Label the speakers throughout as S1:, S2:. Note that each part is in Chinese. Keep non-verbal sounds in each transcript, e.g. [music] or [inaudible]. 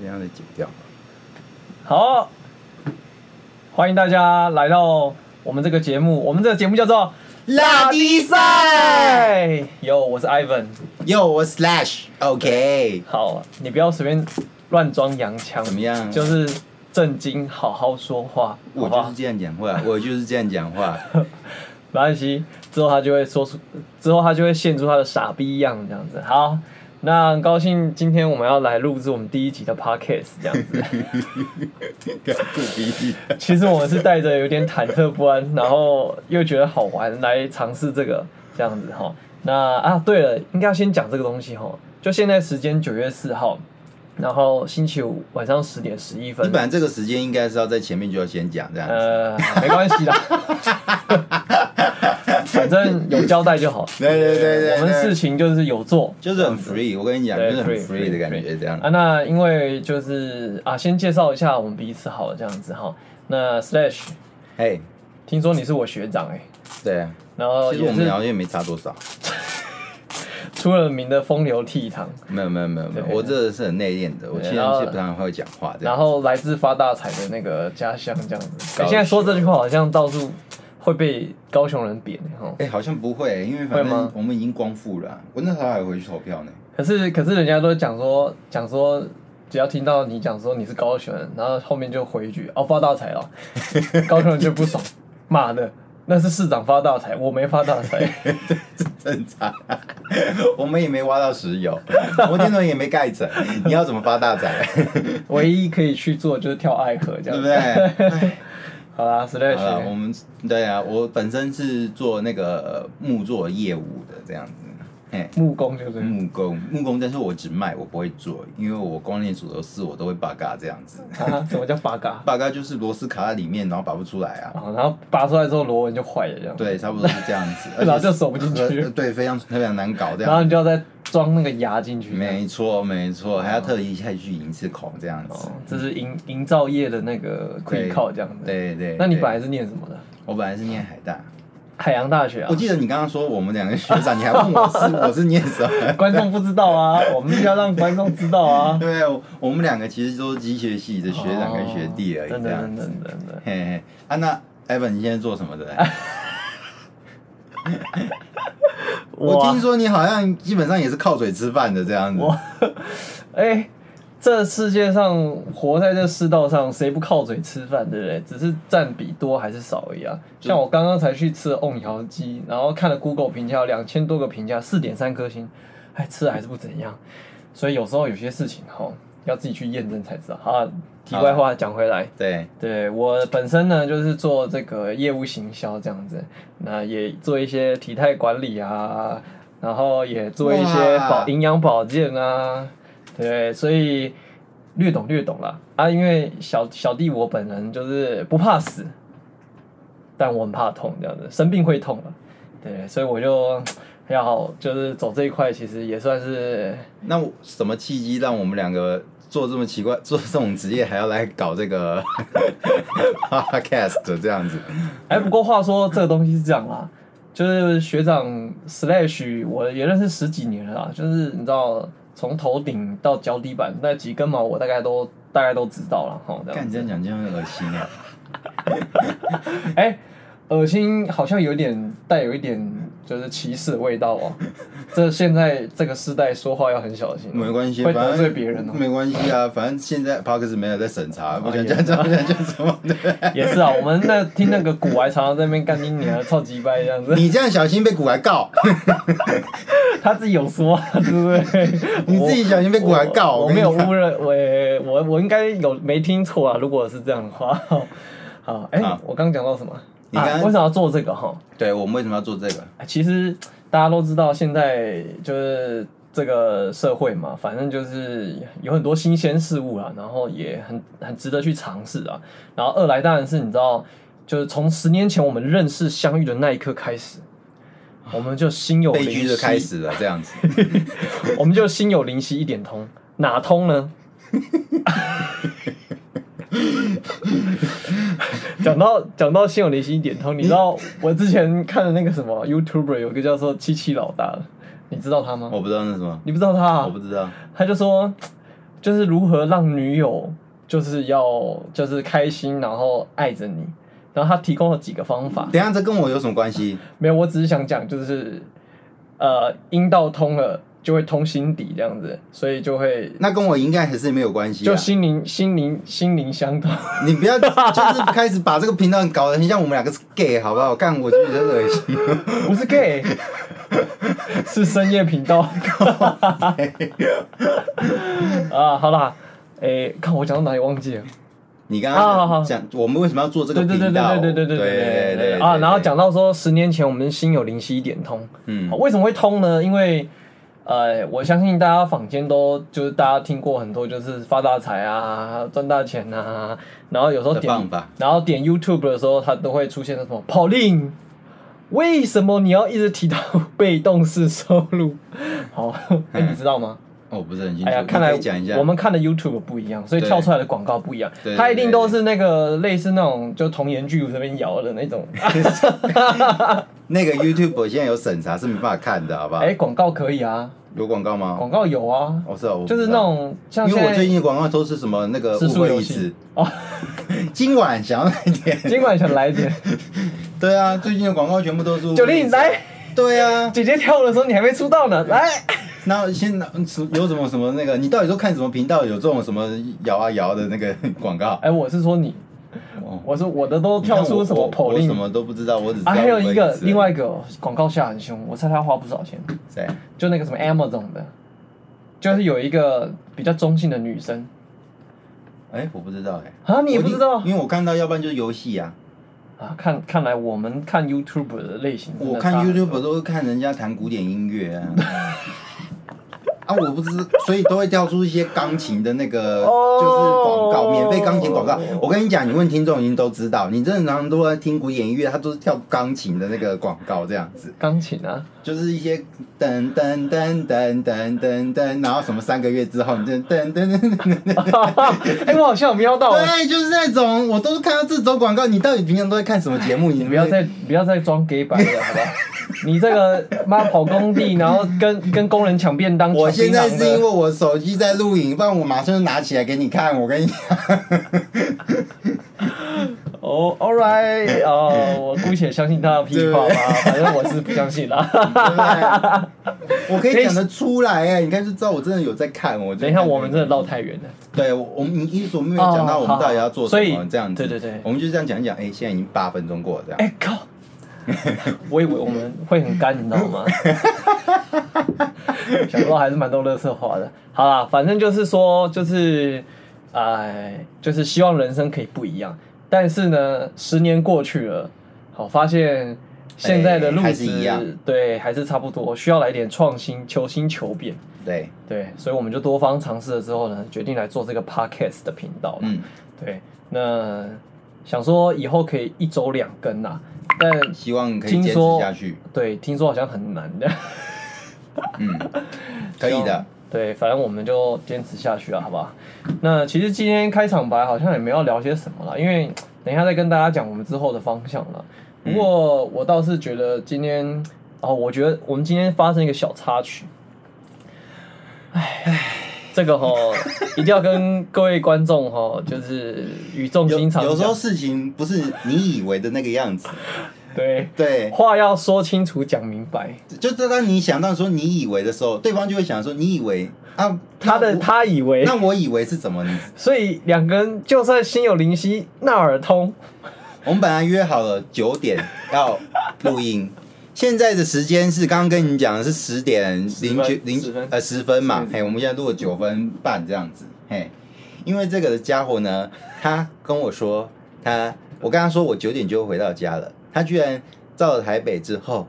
S1: 这样的剪掉。
S2: 好，欢迎大家来到我们这个节目，我们这个节目叫做
S1: 拉力赛，
S2: 哎，有，我是 Ivan。
S1: 哟，我 slash OK，
S2: 好，你不要随便乱装洋腔，
S1: 怎么样
S2: 就是正经，好好说话，好
S1: 我
S2: 不
S1: 就
S2: 好
S1: 是？这样讲
S2: [laughs]
S1: 话，我就是这样讲话。
S2: 没关系，之后他就会说出，之后他就会现出他的傻逼样，这样子。好，那很高兴今天我们要来录制我们第一集的 podcast，这样子。
S1: 不 [laughs] 逼，
S2: 其实我们是带着有点忐忑不安，然后又觉得好玩来尝试这个这样子哈。那啊，对了，应该要先讲这个东西哈。就现在时间九月四号，然后星期五晚上十点十一
S1: 你
S2: 分
S1: 本。来这个时间应该是要在前面就要先讲这样子。
S2: 呃，没关系啦， [laughs] 反正有交代就好。
S1: 对对对对，
S2: 我们
S1: 对
S2: 事情就是有做，
S1: 就是很 free，我跟你讲，
S2: 对
S1: 就是很
S2: free，
S1: free 的感觉
S2: free，
S1: 这样。
S2: 啊，那因为就是啊，先介绍一下我们彼此好了，这样子哈。那 Slash，
S1: 嘿，
S2: 听说你是我学长哎、
S1: 对啊，
S2: 然后
S1: 其实我
S2: 哦也
S1: 们
S2: 是
S1: 聊也没差多少。
S2: 出了名的风流倜傥，
S1: 没有没有没有没有，
S2: 对
S1: 我这个是很内敛的，我其实
S2: 然后
S1: 是不太会讲话这
S2: 然
S1: 样。
S2: 后来自发大财的那个家乡这样子。
S1: 高
S2: 欸、
S1: 雄
S2: 现在说这句话好像到处会被高雄人贬哈，
S1: 哎，好像不会，因为反
S2: 会吗
S1: 正我们已经光复了啊。我那时候还回去投票呢。
S2: 可是可是人家都讲说讲说。只要听到你讲说你是高雄人，然后后面就回一句“哦发大
S1: [laughs]
S2: 财了”，高雄人就不爽，妈的，那是市长发大财，我没发大
S1: [laughs]
S2: 财。
S1: 正常，我们也没挖到石
S2: [laughs]
S1: 油，摩天轮也没盖成，你要怎么发大财？
S2: 唯一可以去做就是跳爱河这
S1: 对
S2: 样
S1: 不
S2: 子。
S1: 对？哎
S2: 好啦
S1: 好了，我
S2: ，Slash，
S1: 们对啊，我本身是做那个木作业务的这样子，嘿，
S2: 木工就是
S1: 木工木工，但是我只卖，我不会做，因为我光念左螺丝我都会拔嘎这样子，
S2: 啊，什么叫八嘎？
S1: 拔嘎就是螺丝卡在里面，然后拔不出来啊。
S2: 啊，然后拔出来之后螺纹就坏了这样。
S1: 对，差不多是这样
S2: [laughs]
S1: 子，而且
S2: 然后就手不进去
S1: 呃对，非常非常难搞这
S2: 然
S1: 样
S2: 后
S1: 子。
S2: 你就要再 [laughs] 装那个牙进去。
S1: 啊没错，没错，还要特意下去引一次孔这样子
S2: 哦。，这是营营造业的那个
S1: 对
S2: quick call 这样子。，
S1: 对对，
S2: 那你
S1: 对
S2: 本来是念什么的？
S1: 我本来是念海大，
S2: 海洋大学啊
S1: 我。记得你刚刚说我们两个学长，你还问我是我是念什
S2: [laughs]
S1: 么？
S2: 观众不知道
S1: [laughs]
S2: 啊，我们必须要让观众知道啊。
S1: 对，我我们两个其实都是机械系的学长跟学弟而已，
S2: 哦真
S1: 这
S2: 的
S1: 样
S2: 真的
S1: 子。
S2: 真的真的。
S1: 嘿嘿，啊，那 Evan 你现在做什
S2: [laughs]
S1: 么的？我啊
S2: 哇
S1: 听说你好像基本上也是靠嘴吃饭的这样子。
S2: 啊我哎，这世界上活在这世道上，谁不靠嘴吃饭，对不对？只是占比多还是少而已啊。像我刚刚才去吃了瓮窑鸡，然后看了 Google 评价，两千多个评价，四点三颗星，哎，吃的还是不怎样。所以有时候有些事情哈，要自己去验证才知道。好啊，题外话讲回来，
S1: 对，
S2: 对我本身呢，就是做这个业务行销这样子，那也做一些体态管理啊，然后也做一些
S1: 哇
S2: 保营养保健啊，对，所以略懂略懂啦啊，因为小小弟我本人就是不怕死，但我很怕痛这样子，生病会痛了，啊对，所以我就要好就是走这一块，其实也算是
S1: 那我什么契机让我们两个做这么奇怪、 [laughs] 做这种职业，还要来搞这个 [laughs] podcast 这样子？
S2: 哎，不过话说这个东西是这样啦，就是学长 slash 我也认识十几年了啦，就是你知道从头顶到脚底板那几根毛，我大概都大概都知道了哈。这
S1: 看
S2: 样
S1: 你这样讲，这样很恶心啊！
S2: 哎，恶心好像有点带有一点就是歧视的味道哦。这现在这个时代说话要很小心哦，
S1: 没关系，
S2: 会
S1: 反
S2: 得
S1: 正
S2: 罪别人哦。
S1: 没关系啊，反正现在 Parkes 没有在审查，我想
S2: 也
S1: 讲什么讲讲什么的。
S2: 也是啊，我们那听那个古玩常常在那边干你娘，超级掰这样子。 [laughs]
S1: 你这样小心被古来告，
S2: 他自己有说，啊对不对？
S1: 你自己小心被古来告。
S2: 我我
S1: 跟
S2: 没
S1: 你
S2: 有
S1: 讲
S2: 误认，我我我应该有没听错啊？如果是这样的话， [laughs] 好，哎、
S1: 好
S2: 我刚讲到什么？
S1: 你刚
S2: 啊、为什么要做这个哈？啊
S1: 对我们为什么要做这个？
S2: 其实大家都知道，现在就是这个社会嘛，反正就是有很多新鲜事物啦，啊然后也很很值得去尝试啊。然后二来当然是你知道，就是从十年前我们认识相遇的那一刻开始，我们就心有
S1: 悲
S2: 灵
S1: 剧
S2: 犀，
S1: 的开始了，这样子。
S2: [laughs] 我们就心有灵犀一点通，哪通呢？ [laughs] 讲到讲到心有灵犀一点通，你知道我之前看的那个什么 YouTuber 有一个叫做七七老大的，你知道他吗？
S1: 哦我不知道那是什么，
S2: 你不知道他、
S1: 我
S2: 啊
S1: 不？知道。
S2: 他就说，就是如何让女友就是要就是开心，然后爱着你。然后他提供了几个方法，
S1: 等一下这跟我有什么关系？
S2: 没有，我只是想讲就是，呃，阴道通了就会通心底这样子，所以就会
S1: 那跟我应该还是没有关系、啊
S2: 就。心灵心灵心灵相通。
S1: 你不要就是开始把这个频道搞得很像我们两个是 gay 好不好？干我就觉得恶心。
S2: 不是 gay，是深夜频道。啊，好啦，诶、看我讲到哪里忘记了？
S1: 你刚
S2: 啊好好
S1: 刚讲我们为什么要做这个
S2: 对对对
S1: 频道？
S2: 对对对对对
S1: 对
S2: 对
S1: 对
S2: 啊！然后讲到说，十年前我们心有灵犀一点通，
S1: 嗯
S2: 哦好为什么会通呢？因为呃，我相信大家坊间都就是大家听过很多，就是发大财啊、赚大钱啊，然后有时候
S1: 的
S2: 点
S1: 方法
S2: 然后点 YouTube 的时候，它都会出现那什么 Pauline，为什么你要一直提到被动式收入？好，哎、你知道吗？
S1: 哦，不是很清楚。
S2: 哎呀，
S1: 嗯你
S2: 看来
S1: 可以讲一下
S2: 我们看的 YouTube 不一样，所以
S1: 对
S2: 跳出来的广告不一样
S1: 对。对
S2: 它一定都是那个类似那种就童颜巨乳这边摇的那种。
S1: 那个 YouTube 我现在有审查是没办法看的，好不好？
S2: 哎，广告可以啊，
S1: 有广告吗？
S2: 广告有啊，
S1: 哦，是哦，
S2: 就是那种像
S1: 因
S2: 现
S1: 为我最
S2: 在 [laughs]
S1: 近的广告都是什么那个
S2: 吃
S1: 误
S2: 素
S1: 会
S2: 游
S1: 一
S2: 戏
S1: 直，
S2: 哦，
S1: [laughs] 今晚想要来点。
S2: 今晚想来一点，
S1: 对啊，最近的广告全部都是
S2: 九令。来，
S1: 啊对啊，
S2: 姐姐跳舞的时候你还没出道呢，来，
S1: 那现在有什么什么那个，你到底都看什么频道？有这种什么摇啊摇的那个 [laughs] 广告？
S2: 哎，我是说你，
S1: 哦
S2: 哎我是我的都跳出什么
S1: 你看我我我
S2: Pauline
S1: 什么都不知道，我只知道
S2: 啊，还有一个
S1: 位置
S2: 另外一个广告下很凶，我猜他花不少钱，
S1: 谁？
S2: 就那个什么 Amazon 的，就是有一个比较中性的女生
S1: 哎，我不知道哎。
S2: 啊，你也不知道
S1: 我一定因为我看到，要不然就是游戏啊。
S2: 啊？看看来我们看 YouTube 的类型真的
S1: 我看
S2: 差很多
S1: YouTube 都是看人家弹古典音乐啊。 [laughs] 啊，我不知，所以都会跳出一些钢琴的那个，
S2: 哦
S1: 就是广告，免费钢琴广告。我跟你讲，你问听众已经都知道，你正常都在听古典音乐，他都是跳钢琴的那个广告这样子，
S2: 钢琴啊， [laughs]
S1: 就是一些噔噔噔噔噔噔噔，然后什么三个月之后，你就噔噔噔噔噔噔。
S2: 哎、我好像有瞄到啊，
S1: 对，就是那种，我都是看到这种广告。你到底平常都在看什么节目？你
S2: 你不要再不要再装 gay
S1: [laughs]
S2: 白了，好吧？你这个妈跑工地，然后跟跟工人抢便当，
S1: 我
S2: 抢
S1: 现
S2: 槟
S1: 在
S2: 榔
S1: 是因为
S2: 的，
S1: 我手机在录影，不然我马上就拿起来给你看。我跟你讲，
S2: [laughs] 哦、a l l right，哦、我姑且相信他的屁话吧，反正我是不相信啦。 [laughs]
S1: 对不对我可以讲得出来哎，你看就知道我真的有在看。我就
S2: 等一下，我们真的绕太远了。
S1: 对，我我们你一直没有讲到
S2: 哦
S1: 我们到底要做什
S2: 好好
S1: 么
S2: 所以
S1: 这样子，
S2: 对对对
S1: 我们就这样讲一讲。哎，现在已经八分钟过了，这样
S2: 哎、
S1: [laughs]
S2: 靠！我以为我们会很干，你知道吗？想不到还是蛮多乐色话的。好啦，反正就是说，就是，哎、就是希望人生可以不一样。但是呢，十年过去了，好发现现在的路
S1: 哎
S2: 子、
S1: 还是一样
S2: 对，还是差不多，需要来点创新，求新求变。
S1: 对，
S2: 对，所以我们就多方尝试了之后呢，决定来做这个 podcast 的频道了。
S1: 嗯，
S2: 对，那想说以后可以一周两更啦，但
S1: 希望可以
S2: 听
S1: 坚持
S2: 说
S1: 下去，
S2: 对，听说好像很难的。 [laughs]
S1: 可以的。。
S2: 对，反正我们就坚持下去了，啊好不好？那其实今天开场白好像也没有聊些什么啦，因为等一下再跟大家讲我们之后的方向了。不过我倒是觉得今天，哦，我觉得我们今天发生一个小插曲，唉，这个哈
S1: [laughs]
S2: 一定要跟各位观众哈，就是语重
S1: 有
S2: 心长
S1: 有时
S2: 讲
S1: 候事情不是你以为的那个样子，
S2: 对，
S1: 对，
S2: 话要说清楚讲明白。
S1: 就就当你想到说你以为的时候，对方就会想说你以为啊，
S2: 他的
S1: 那我
S2: 他以为，
S1: 那我以为是怎么？你
S2: 所以两个人就算心有灵犀，那耳通。
S1: 我们本来约好了九点要录音，现在的时间是刚刚跟你讲的是十点零九
S2: 分十
S1: 零
S2: 分
S1: 呃十分嘛
S2: 是，
S1: 嘿，我们现在录了九分半这样子，嘿，因为这个家伙呢，他跟我说他，我跟他说我九点就回到家了，他居然到了台北之后。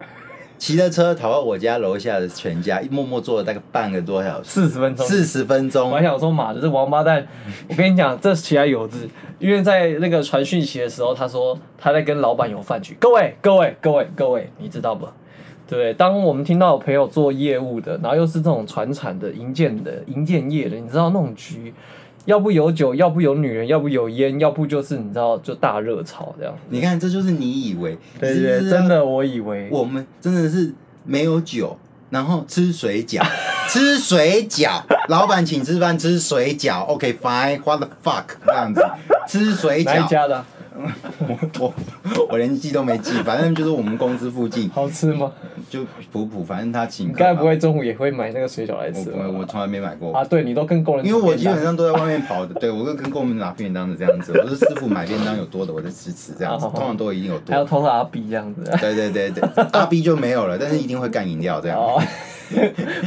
S1: 骑着车逃到我家楼下的全家，默默坐了大概半个多小时，
S2: 四十分钟。
S1: 四十分
S2: 我
S1: 钟
S2: 还，想说，妈的，这王八蛋！我跟你讲，这其来有之，因为在那个传讯息的时候，他说他在跟老板有饭局。各位，各位，各位，各位，你知道不？对，当我们听到有朋友做业务的，然后又是这种传产的、营建的、营建业的，你知道那种局，要不有酒，要不有女人，要不有烟，要不就是你知道就大热潮这样。
S1: 你看这就是你以为，
S2: 对
S1: 你是
S2: 对
S1: 不
S2: 对，
S1: 是要
S2: 真的，我以为
S1: 我们真的是没有酒，然后吃水饺， [laughs] 吃水饺，老板请吃饭，吃水饺，OK fine，what the fuck 这样子，吃水
S2: 哪一
S1: 饺，
S2: 家的啊、
S1: 我我连记都没记，反正就是我们公司附近
S2: 好吃吗？
S1: 就普普，反正他请
S2: 你
S1: 客嘛，
S2: 该不会中午也会买那个水饺来
S1: 我
S2: 吃
S1: 我我
S2: 吧？
S1: 从来没买过，
S2: 啊，对你都跟工人
S1: 因为我基
S2: 便当
S1: 本上都在外面跑的，对我跟跟工人拿便当的这样子，我说师傅买便当有多的，我再吃吃这样子，
S2: 哦
S1: 通常都一定有
S2: 还要
S1: 多。
S2: 偷阿 B 这
S1: [laughs]
S2: 样子、啊，
S1: 对对对对，大 B 就没有了，但是一定会干饮料这样。 [laughs]
S2: 哦，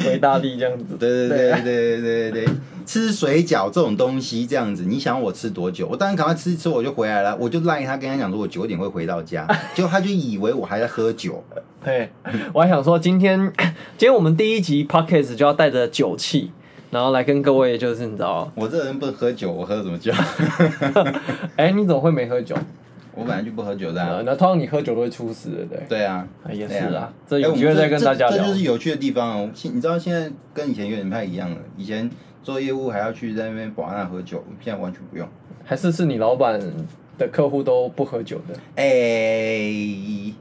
S2: 回大力这样子，
S1: 对对
S2: 对
S1: 对对对对对， [laughs] 吃水饺这种东西这样子，你想我吃多久？我当然赶快吃一吃我就回来了，我就赖他跟他讲说我九点会回到家，结果他就以为我还在喝酒，
S2: 对，我还想说，今天 [coughs] 今天我们第一集 podcast 就要带着酒气，然后来跟各位就是你知道，
S1: 我这人不喝酒，我喝什么酒？ [laughs]
S2: 哎、你怎么会没喝酒？
S1: 我本来就不喝酒的、啊
S2: 呃，。那通常你喝酒都会出事，对不对？
S1: 对啊，
S2: 啊也
S1: 对
S2: 是
S1: 啊
S2: 啦，这
S1: 哎
S2: 有
S1: 我们
S2: 机会再跟大家
S1: 这
S2: 聊
S1: 这就。是有趣的地方哦。现你知道现在跟以前有点不太一样了，以前做业务还要去在那边保安那喝酒，现在完全不用。
S2: 还是是你老板的客户都不喝酒的？
S1: 哎、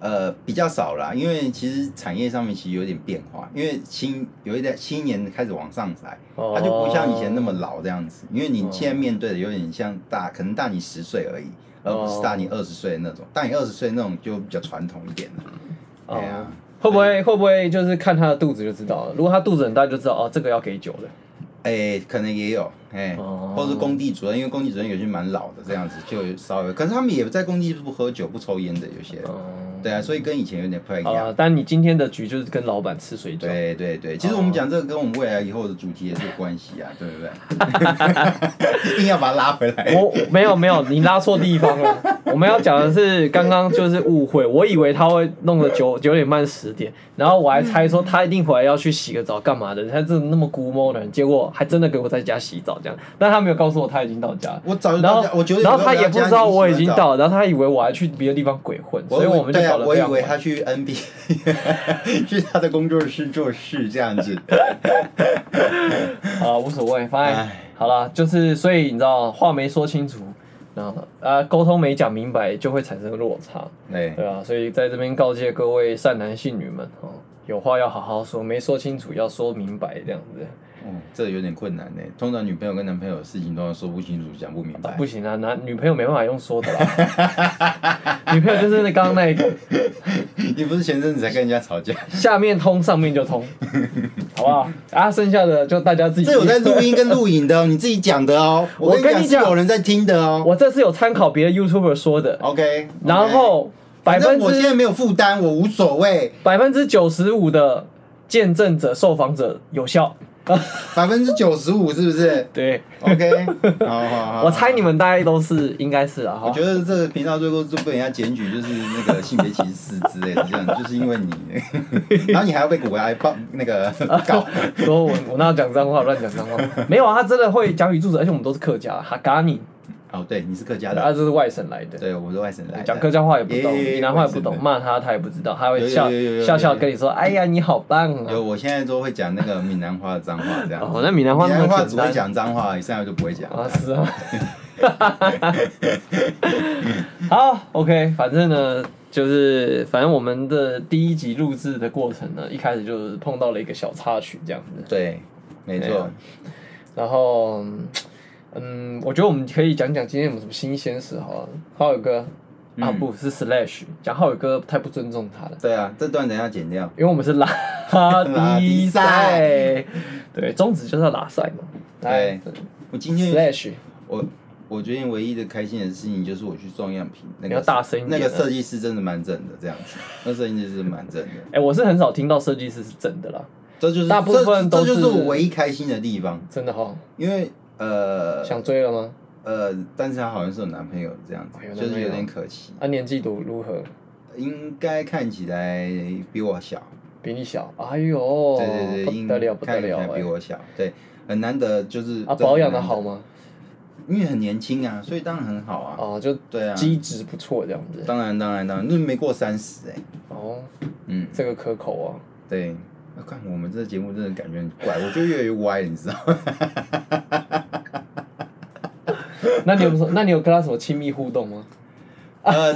S1: 呃，比较少啦，因为其实产业上面其实有点变化，因为新有一代新年开始往上来，
S2: 哦
S1: 它就不像以前那么老这样子，因为你现在面对的有点像大，可能大你十岁而已，而不是大你二十岁的那种，大你二十岁那种就比较传统一点了。哎呀、
S2: 哦会不会会不会就是看他的肚子就知道了？如果他肚子很大，就知道哦，这个要给酒的。
S1: 哎、可能也有，哎、
S2: 哦
S1: 或是工地主任，因为工地主任有些蛮老的，这样子就稍微，可是他们也在工地不喝酒、不抽烟的，有些人，
S2: 哦，
S1: 对啊，所以跟以前有点不太一
S2: 好
S1: 样。哎
S2: 啦，但你今天的局就是跟老板吃水饺。
S1: 对对对，其实我们讲这个跟我们未来以后的主题也是有关系啊，对不对？
S2: [laughs]
S1: 硬要把它拉回来。
S2: 我没有没有，你拉错地方
S1: [laughs]
S2: 了。我们要讲的是刚刚就是误会，我以为他会弄个九九点半十点，然后我还猜说他一定回来要去洗个澡干嘛的，他真的那么估摸的人，结果还真的给我在家洗澡这样，但他没有告诉我他已经到家了。
S1: 我早就
S2: 然
S1: 到
S2: 后
S1: 家，我九点
S2: 然
S1: 多
S2: 后他也不
S1: 到家
S2: 知道我已
S1: 洗
S2: 经
S1: 完澡，
S2: 到，然后他以为我还去别的地方鬼混，所以
S1: 以为
S2: 我们就
S1: 对啊
S2: 搞得
S1: 我
S2: 非
S1: 以
S2: 常
S1: 为
S2: 晚。
S1: 他去 NB，去他的工作室做事这样子。
S2: 啊，无所谓，反正
S1: 唉
S2: 好啦，就是所以你知道话没说清楚，然后啊沟通没讲明白，就会产生落差。
S1: 对，
S2: 对啊，所以在这边告诫各位善男信女们哦，有话要好好说，没说清楚要说明白这样子。
S1: 嗯，这有点困难呢。通常女朋友跟男朋友的事情都要说不清楚、讲不明
S2: 啊
S1: 白。
S2: 不行啊，男女朋友没办法用说的啦， [laughs] 女朋友就是那刚刚那一个，
S1: 你不是前阵子才跟人家吵
S2: [laughs]
S1: 架？
S2: 下面通上面就通，好不好？啊，剩下的就大家自己。
S1: 这有在录音跟录影 [laughs] 的、哦，你自己讲的哦。
S2: 我
S1: 跟
S2: 跟你
S1: 是
S2: 讲
S1: 有人在听的哦。
S2: 我这次有参考别的 YouTuber 说的，
S1: OK，
S2: 然后百
S1: 哦反正
S2: 分
S1: 我现在
S2: 之
S1: 没有负担，我无所谓。
S2: 百分之九十五的见证者受访者有效。
S1: 百分之九十五是不是
S2: 对， [laughs]
S1: ？OK，好好好。
S2: 我猜你们大概都是应该是啊，
S1: 我
S2: 哈
S1: 觉。得这个频道最后就被人家检举，就是那个性别歧视之类的，这样就是因为
S2: [laughs]
S1: 你，然后你还要被古埃报那个告。
S2: 说我我那讲脏话，乱讲脏
S1: [laughs]
S2: 话，没有啊，他真的会讲语助词，而且我们都是客家，哈嘎尼，
S1: 哦，对，你是客家
S2: 他
S1: 的，
S2: 这是外省来的，
S1: 对，哎我是外省来的，
S2: 呃讲客家话也不懂，
S1: 耶
S2: 闽南话也不懂，
S1: 外省
S2: 骂他他也不知道，他会笑
S1: 有有有有有有
S2: 笑笑跟你说，哎呀你好棒
S1: 的有，
S2: 啊，
S1: 我现在都会讲那个闽南话的脏话这样。
S2: 哦那闽南话
S1: 闽
S2: 那
S1: 南话
S2: 么简
S1: 只会
S2: 单
S1: 讲脏话，剩下就不会讲。
S2: 啊是啊，好 OK，反正呢就是反正我们的第一集录制的过程呢，一开始就是碰到了一个小插曲这样子，
S1: 对，没
S2: 对
S1: 错
S2: 啊。然后，嗯，我觉得我们可以讲讲今天有什么新鲜事好了。浩宇哥、
S1: 嗯
S2: 啊，不是 Slash，讲浩宇哥太不尊重他了，
S1: 对啊，这段等一下剪掉。
S2: 因为我们是拉 [laughs]
S1: 拉
S2: 比
S1: 比
S2: 赛
S1: 赛，
S2: 对，宗旨就是要拉赛嘛。来
S1: 我今天
S2: ，Slash，
S1: 我我最近唯一的开心的事情就是我去送样品，那
S2: 你
S1: 个
S2: 要大声一点啊
S1: 那个设计师真的蛮正的，这样子，那设计师是蛮正的，
S2: 哎，我是很少听到设计师是真的啦，
S1: 这就是
S2: 大部分
S1: 这
S2: 都
S1: 这
S2: 是
S1: 就是我唯一开心的地方，
S2: 真的哈。
S1: 因为呃
S2: 想追了吗？
S1: 呃，但是她好像是有男朋友这样子
S2: 哎有，男朋
S1: 就
S2: 友
S1: 是有点可惜，
S2: 啊，年纪如如何？
S1: 应该看起来比我小，
S2: 比你小，哎呦，
S1: 对对对，应
S2: 不得了，不得
S1: 看起
S2: 了
S1: 来比
S2: 哎！
S1: 我小，对，很难得就是
S2: 啊，保养的
S1: 的
S2: 好，吗？
S1: 因为很年轻啊，所以当然很好啊，
S2: 哦，就
S1: 对啊，
S2: 基质不错这样子。
S1: 当然当然当然，那没过三十哎，
S2: 哦，
S1: 嗯。
S2: 这个可口 [laughs] 啊。
S1: 对，那看我们这节目真的感觉很怪，我觉得越来越歪了，你知道吗？
S2: 那你有说，那你有跟他什么亲密互动吗？
S1: 呃，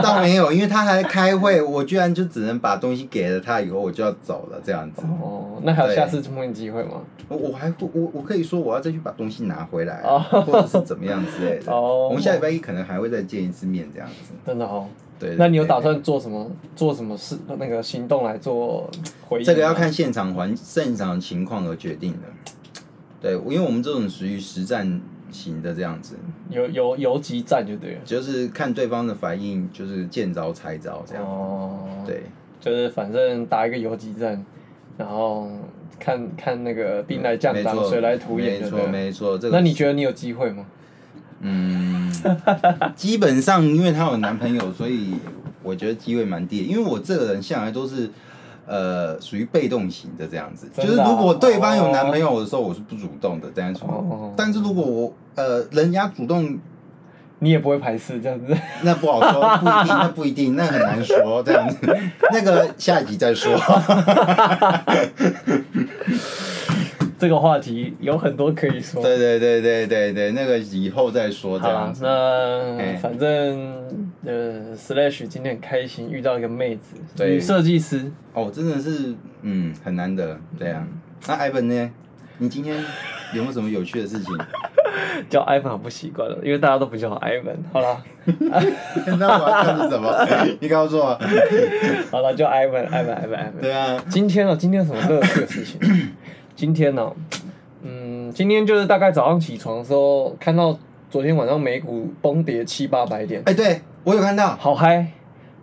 S1: 倒没有，因为他还开会，我居然就只能把东西给了他，以后我就要走了这样子。
S2: 哦，那还有
S1: 对
S2: 下次碰面机会吗？
S1: 我我还会我我可以说我要再去把东西拿回来，
S2: 哦
S1: 或者是怎么样之类的。
S2: 哦
S1: 我们下礼拜一可能还会再见一次面这样子。
S2: 真的哦。
S1: 对，对
S2: 那你有
S1: 对
S2: 打算做什么做什么事那个行动来做回应吗？
S1: 这个要看现场环现场情况而决定的。对，因为我们这种属于实战型的这样子，
S2: 游游游击战就对了。
S1: 就是看对方的反应，就是见招拆招这样。
S2: 哦，，
S1: 对，
S2: 就是反正打一个游击战，然后看看那个兵来将
S1: 没
S2: 挡，
S1: 错，
S2: 水来土掩，
S1: 没
S2: 对不
S1: 错，
S2: 对？
S1: 没错。这个
S2: 那你觉得你有机会吗？
S1: 嗯，基本上因为她有男朋友，所以我觉得机会蛮低的。因为我这个人向来都是呃属于被动型的这样子，
S2: 真
S1: 就是
S2: 的啊
S1: 如果对方有男朋友的时候，我是不主动的，但是、
S2: 哦
S1: 但是如果我呃人家主动，
S2: 你也不会排斥这样子。 [laughs]
S1: 那不好说，不一定，那不一定，那很难说这样
S2: [laughs]
S1: 子。那个下一集再说。
S2: 这个话题有很多可以说。
S1: 对对对对对对，那个以后再说这
S2: 好
S1: 样
S2: 啦，
S1: 子。
S2: 那
S1: 哎
S2: 反正呃，Slash 今天很开心遇到一个妹子，
S1: 对
S2: 女设计师。
S1: 哦，真的是，嗯，很难得，对啊。那艾文呢？你今天有没有什么有趣的事 [laughs] 情？
S2: 叫 Ivan 好不习惯了，因为大家都不叫我 Ivan。好啦，
S1: 那我要看是什么？ [laughs] 你告诉我。
S2: 好了，叫 Ivan，Ivan，Ivan，Ivan。
S1: 对啊，
S2: 今天哦，今天有什么乐趣的
S1: [coughs]
S2: 事情？今天呢、嗯，今天就是大概早上起床的时候，看到昨天晚上美股崩跌七八百点，
S1: 哎、对我有看到，
S2: 好嗨。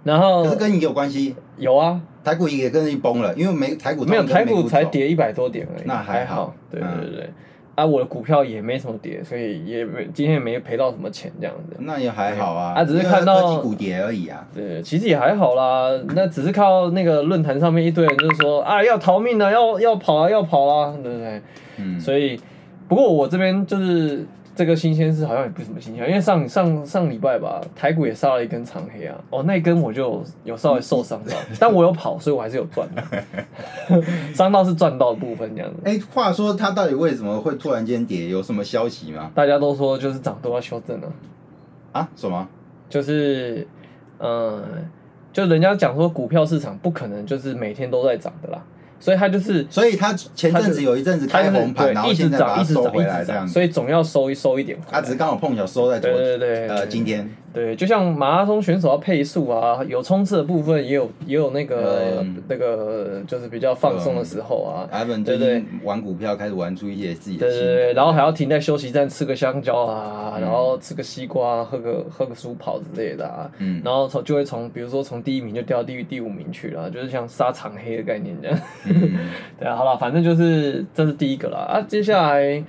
S2: 然后
S1: 可是跟你有关系，
S2: 有啊，
S1: 台股也跟着崩了，因为美台股
S2: 没有
S1: 通常
S2: 台
S1: 跟美
S2: 股才
S1: 走，
S2: 跌一百多点而已，
S1: 那还
S2: 还
S1: 好
S2: 对
S1: 嗯
S2: 对对对。啊，我的股票也没什么跌，所以也没今天也没赔到什么钱这样子。
S1: 那也还好啊，
S2: 啊只是
S1: 因为
S2: 看到
S1: 科技股跌而已啊。
S2: 对，其实也还好啦。那只是看到那个论坛上面一堆人就是说啊，要逃命啊，要要跑啊，要跑啊，对不对？
S1: 嗯，
S2: 所以，不过我这边就是这个新鲜事好像也不是什么新鲜，因为上上上礼拜吧，台股也杀了一根长黑啊。哦，那一根我就有稍微受伤到，
S1: 嗯
S2: 但我有跑，所以我还是有赚的。
S1: [laughs]
S2: 伤到是赚到的部分这样子。
S1: 哎、话说它到底为什么会突然间跌？有什么消息吗？
S2: 大家都说就是涨多要修正啊，
S1: 啊，什么？
S2: 就是嗯，就人家讲说股票市场不可能就是每天都在涨的啦，所以它就是
S1: 所以它前阵子有一阵子
S2: 它
S1: 开
S2: 就是
S1: 红盘，然
S2: 对
S1: 后
S2: 一直
S1: 现在把
S2: 涨
S1: 它
S2: 一直
S1: 收
S2: 涨
S1: 回
S2: 一
S1: 来
S2: 直
S1: 这样
S2: 涨，
S1: 子。
S2: 所以总要收一收一点回来。
S1: 它只是刚好碰巧收在昨
S2: 对对对
S1: 呃
S2: 对
S1: 今天，
S2: 对，就像马拉松选手要配速啊，有冲刺的部分，也有也有那个、
S1: 嗯
S2: 那个就是比较放松的时候啊。
S1: 艾文
S2: 对
S1: 最
S2: 对
S1: 近玩股票开始玩出一些自己的
S2: 对
S1: 心
S2: 对
S1: 得
S2: 对，然后还要停在休息站吃个香蕉啊，然后吃个西瓜啊，喝个喝个薯跑之类的啊，
S1: 嗯
S2: 然后从就会从比如说从第一名就掉到第第五名去了，就是像杀长黑的概念这样。
S1: 嗯
S2: [laughs] 对啊，好了，反正就是这是第一个啦啊，接下来，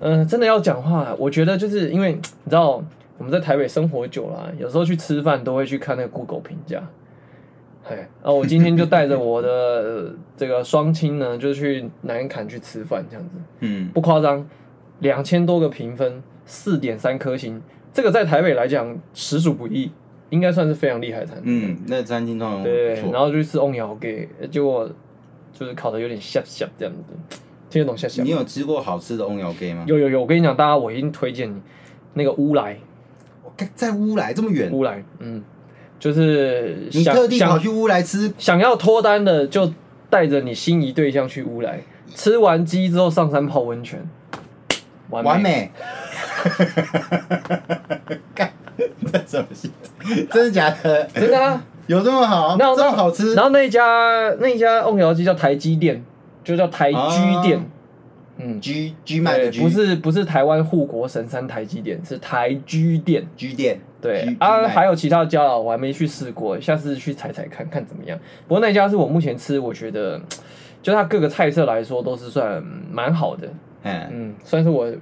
S2: 嗯、真的要讲话，我觉得就是因为你知道我们在台北生活久了，有时候去吃饭都会去看那个 Google 评价。哎，啊，我今天就带着我的呃这个双亲呢，就去南坎去吃饭，这样子
S1: 嗯，
S2: 不夸张，两千多个评分，四点三颗星，这个在台北来讲实属不易，应该算是非常厉害的餐厅。
S1: 嗯，那餐厅通常
S2: 对
S1: 不，错。
S2: 然后就去吃翁窑给，结果就是烤的有点下下这样子，听得懂下下
S1: 你？有吃过好吃的翁窑鸡吗？
S2: 有有有，我跟你讲，大家我一定推荐你那个乌来
S1: 我看在乌来这么远，
S2: 乌来，嗯，就是
S1: 你
S2: 想
S1: 特地跑
S2: 想
S1: 去乌来吃，
S2: 想要脱单的，就带着你心仪对象去乌来，吃完鸡之后上山泡温泉，完
S1: 完美。干，这什么心？真的假的？
S2: 真的啊。
S1: 有这么好？
S2: 然后
S1: 这么好吃
S2: 然？后那一家那一家翁窑鸡叫台积店，就叫台居店，
S1: 啊
S2: 嗯。
S1: 居居卖的
S2: 对
S1: 居，
S2: 不是不是台湾护国神山台积电，是台居电。
S1: 居店。
S2: 对
S1: 居
S2: 啊，还
S1: 有
S2: 有其他家了，我还没去试过，下次去踩踩看看怎么样。不过那家是我目前吃，我觉得就它各个菜色来说都是算蛮好的，
S1: 嗯
S2: 嗯，算是我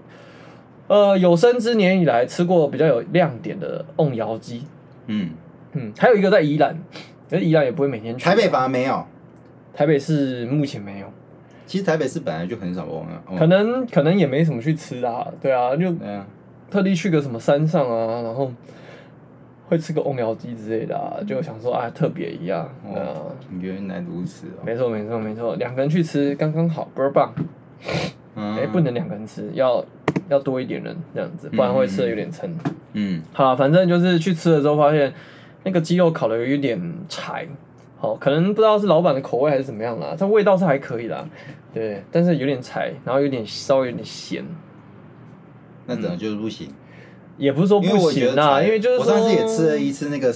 S2: 呃有生之年以来吃过比较有亮点的瓮窑鸡。
S1: 嗯，
S2: 嗯，还有一个在宜兰，可是宜兰也不会每天去。
S1: 台北反而没有。
S2: 台北市目前没有，
S1: 其实台北市本来就很少翁窑，
S2: 可能可能也没什么去吃的、啊，对啊，就
S1: 对啊，
S2: 特地去个什么山上啊，然后会吃个瓮窑鸡之类的啊，就想说啊特别一样，
S1: 嗯哦
S2: 对啊，
S1: 原来如此哦。
S2: 没错没错没错，两个人去吃刚刚好，倍儿棒。
S1: 嗯
S2: 哎、不能两个人吃，要要多一点人这样子，不然会吃的有点撑。
S1: 嗯，
S2: 好啦，反正就是去吃的时候发现那个鸡肉烤的有一点柴，好，可能不知道是老板的口味还是怎么样啦，但味道是还可以啦，对，但是有点柴，然后有点稍微有点咸，
S1: 那整个就是不行。
S2: 也不是说
S1: 因为
S2: 嗯哦不
S1: 我觉
S2: 行
S1: 得
S2: 啦，
S1: 柴
S2: 因为就是
S1: 我上次也吃了
S2: 说
S1: 一次那个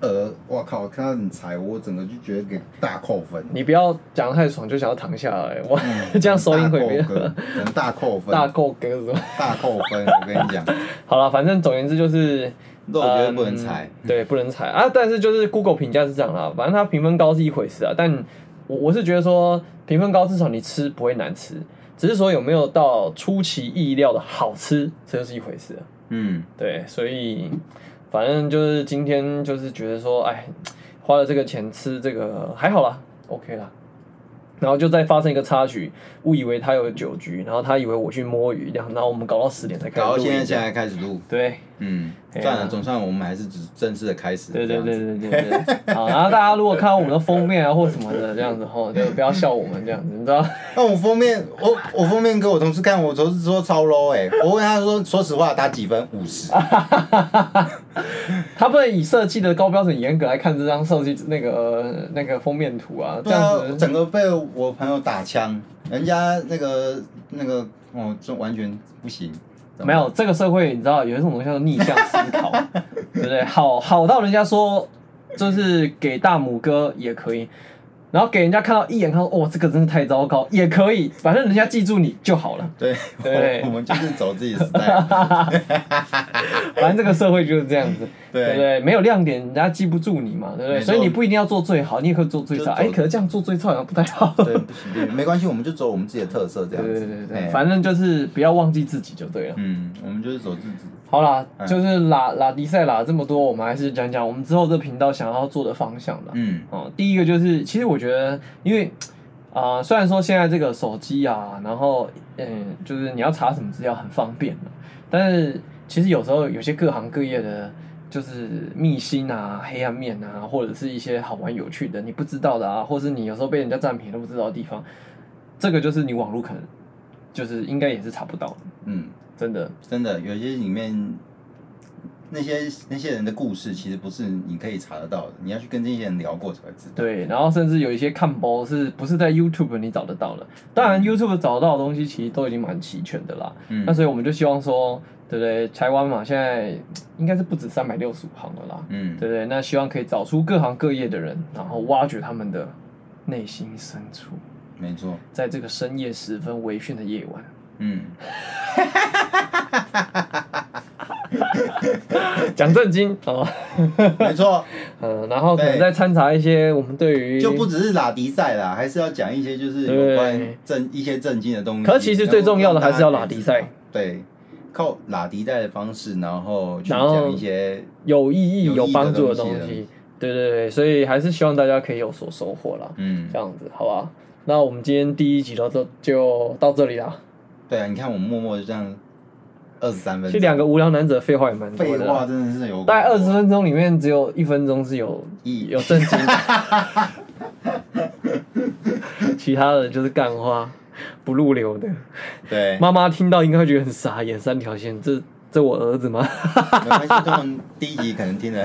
S1: 鹅，我靠，我看到你踩我，整个就觉得给大扣分，
S2: 你不要讲得太爽就想要躺下来，
S1: [laughs]
S2: 我 [laughs] 这样收音会
S1: 大
S2: 变
S1: 扣分，可能大扣分，
S2: 大
S1: 大
S2: 够格是吧？
S1: 扣分。我跟你讲，
S2: [laughs] 好了，反正总而言之就是
S1: 肉绝对不能踩。
S2: 嗯对，不能踩啊。但是就是 Google 评价是这样啦，反正它评分高是一回事啊。但我我是觉得说，评分高至少你吃不会难吃，只是说有没有到出其意料的好吃，这就是一回事啊、
S1: 嗯，
S2: 对，所以反正就是今天就是觉得说，哎，花了这个钱吃这个还好啦，OK 啦。然后就再发生一个插曲，误以为他有酒局，然后他以为我去摸鱼，这样，然后我们搞到十点才开始
S1: 搞
S2: 录
S1: 到
S2: 音。
S1: 现在现在开始录，
S2: 对，
S1: 嗯，
S2: 哎呀
S1: 算了，总算我们还是只正式的开始。
S2: 对对
S1: 这样
S2: 对
S1: 子，
S2: 对对
S1: [laughs]
S2: 对。好，然后大家如果看到我们的封面啊或什么的这样子吼，就不要笑我们这样子，你知道？
S1: 那我封面，我我封面给我同事看，我同事说超 low 哎，我问他说，说实话打几分？五十。
S2: 他不能以设计的高标准严格来看这张设计那个、呃那个封面图啊，这
S1: 对啊，
S2: 样子。
S1: 整个被我朋友打枪，人家那个那个，哦，这完全不行。
S2: 没有这个社会，你知道有一种东西叫做逆向思考， [laughs] 对不对？好好到人家说，就是给大拇哥也可以，然后给人家看到一眼看到，哦，这个真是太糟糕，也可以，反正人家记住你就好了。
S1: 对，
S2: 对
S1: [laughs] 我我们就是走自己的
S2: [laughs]
S1: style。
S2: 反正这个社会就是这样子，
S1: 对
S2: 不对？没有亮点，人家记不住你嘛，对不对？
S1: 没错
S2: 所以你不一定要做最好，你也可以做最差。
S1: 就走
S2: 哎，可是这样做最差好像不太好。
S1: 对，不行，对没关系，我们就走我们自己的特色这
S2: 对
S1: 样
S2: [laughs] 对
S1: 子。哎
S2: 对对，反正就是不要忘记自己就对了。
S1: 嗯，我们就是走自己。
S2: 好啦，
S1: 嗯
S2: 就是拉拉迪赛拉这么多，我们还是讲讲我们之后这频道想要做的方向吧。
S1: 嗯
S2: 哦，第一个就是，其实我觉得，因为啊、虽然说现在这个手机啊，然后嗯，就是你要查什么资料很方便嘛，但是其实有时候有些各行各业的，就是秘辛啊、黑暗面啊，或者是一些好玩有趣的你不知道的啊，或是你有时候被人家占便宜都不知道的地方，这个就是你网络可能就是应该也是查不到的，
S1: 嗯，
S2: 真的。
S1: 真的，有些里面那些那些人的故事，其实不是你可以查得到的，你要去跟这些人聊过才会知道。
S2: 对，然后甚至有一些看包是不是在 YouTube 你找得到的？当然 YouTube 找得到的东西其实都已经蛮齐全的啦。
S1: 嗯
S2: 那所以我们就希望说，对不对？台湾嘛，现在应该是不止三百六十五行了啦，
S1: 嗯，
S2: 对不对？那希望可以找出各行各业的人，然后挖掘他们的内心深处，
S1: 没错。
S2: 在这个深夜时分微醺的夜 [laughs] 晚，
S1: 嗯， [laughs]
S2: 讲正经哦， [laughs]
S1: 没错，
S2: 嗯，然后可能
S1: 对
S2: 再掺杂一些我们对于
S1: 就不只是拉迪赛啦，还是要讲一些就是
S2: 对
S1: 有关正一些正经的东西。
S2: 可是其实最重要的还是要拉
S1: 拉
S2: 迪赛。
S1: 对，靠拉迪赛的方式，然后去
S2: 然后
S1: 讲一些
S2: 有意义、
S1: 有意义
S2: 有帮助的
S1: 的
S2: 东
S1: 东西
S2: 西。对对对，所以还是希望大家可以有所收获啦。
S1: 嗯
S2: 这，样子，好吧？那我们今天第一集到这就到这里啦。
S1: 对啊，你看我默默就这样二十三分
S2: 其
S1: 钟
S2: 实，两个无聊男子废话也蛮多
S1: 废
S2: 的
S1: 话
S2: 啦，
S1: 真的是有
S2: 大概二十分钟里面只有一分钟是有
S1: 一
S2: 有正经的，
S1: [laughs]
S2: 其他的就是干话，不入流的。
S1: 对，没
S2: 妈妈听到应该会觉得很傻眼，三条线，这这我
S1: [laughs]
S2: 儿子吗？
S1: 关系，他们第一集可能听了，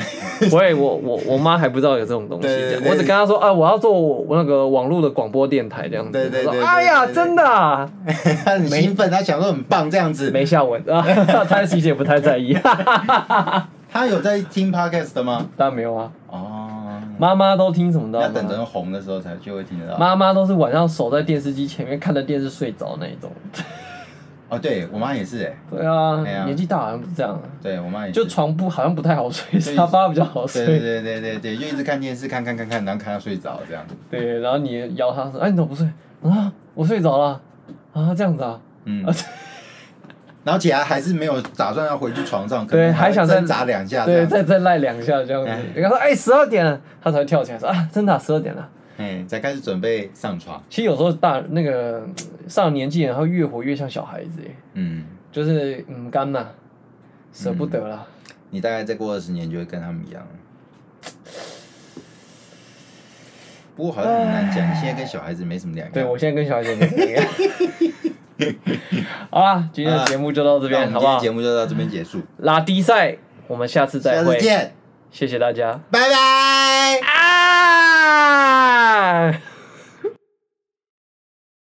S2: 不会，我我我妈还不知道有这种东西，
S1: 对
S2: 这样
S1: 对
S2: 我只跟她说啊，我要做我那个网络的广播电台这样子。
S1: 对对对
S2: 她说
S1: 对
S2: 哎呀，
S1: 对对
S2: 真的啊，
S1: [laughs] 他很兴奋，他想说很棒这样子。
S2: 没下文
S1: [laughs]
S2: 啊，她其实也不太在意，
S1: 他有在听 podcast 的吗？
S2: 当然没有啊，
S1: 哦，
S2: 妈妈都听什么
S1: 要
S2: 的
S1: 等
S2: 吗？
S1: 着红的时候才就会听得到。
S2: 妈妈都是晚上守在电视机前面看着电视睡着那一种。
S1: 哦，对我妈也是哎，
S2: 对啊，
S1: 哎呀
S2: 年纪大好像不是这样啊，
S1: 对我妈也是
S2: 就床不好像不太好睡，沙发比较 [laughs] 好
S1: 对对
S2: 睡。
S1: 对对对对，就一直看电视，看看看看，然后看到睡着这样。
S2: 对，然后你摇她说，哎，你怎么不睡啊？我睡着了啊，这样子啊。
S1: 嗯
S2: 啊，
S1: [laughs] 然后起来还是没有打算要回去床上，可
S2: 对
S1: 能
S2: 还想再
S1: 挣扎两下这
S2: 对，
S1: 样，啊
S2: 再再赖两下这样子
S1: 哎。
S2: 你跟他说，哎、十二点了，他才会跳起来说，啊，真的十、二点了。
S1: 哎，才开始准备上床。
S2: 其实有时候大那个嗯上了年纪的人，他会越活越像小孩子耶，
S1: 嗯，
S2: 就是嗯干呐，舍不得啦。
S1: 你大概再过二十年就会跟他们一样了。不过好像 [laughs] 很难讲，你现在跟小孩子没什么两样。
S2: 对我现在跟小孩子没一样。 [laughs] 好啦，今天的节目就到这
S1: 那我
S2: 边，
S1: 们
S2: 好
S1: 今天节？目
S2: 不好
S1: 就到这边结束，
S2: 拉低赛，我们下次
S1: 下
S2: 再
S1: 次
S2: 会，
S1: 见，
S2: 谢谢大家
S1: 拜拜。
S2: 啊！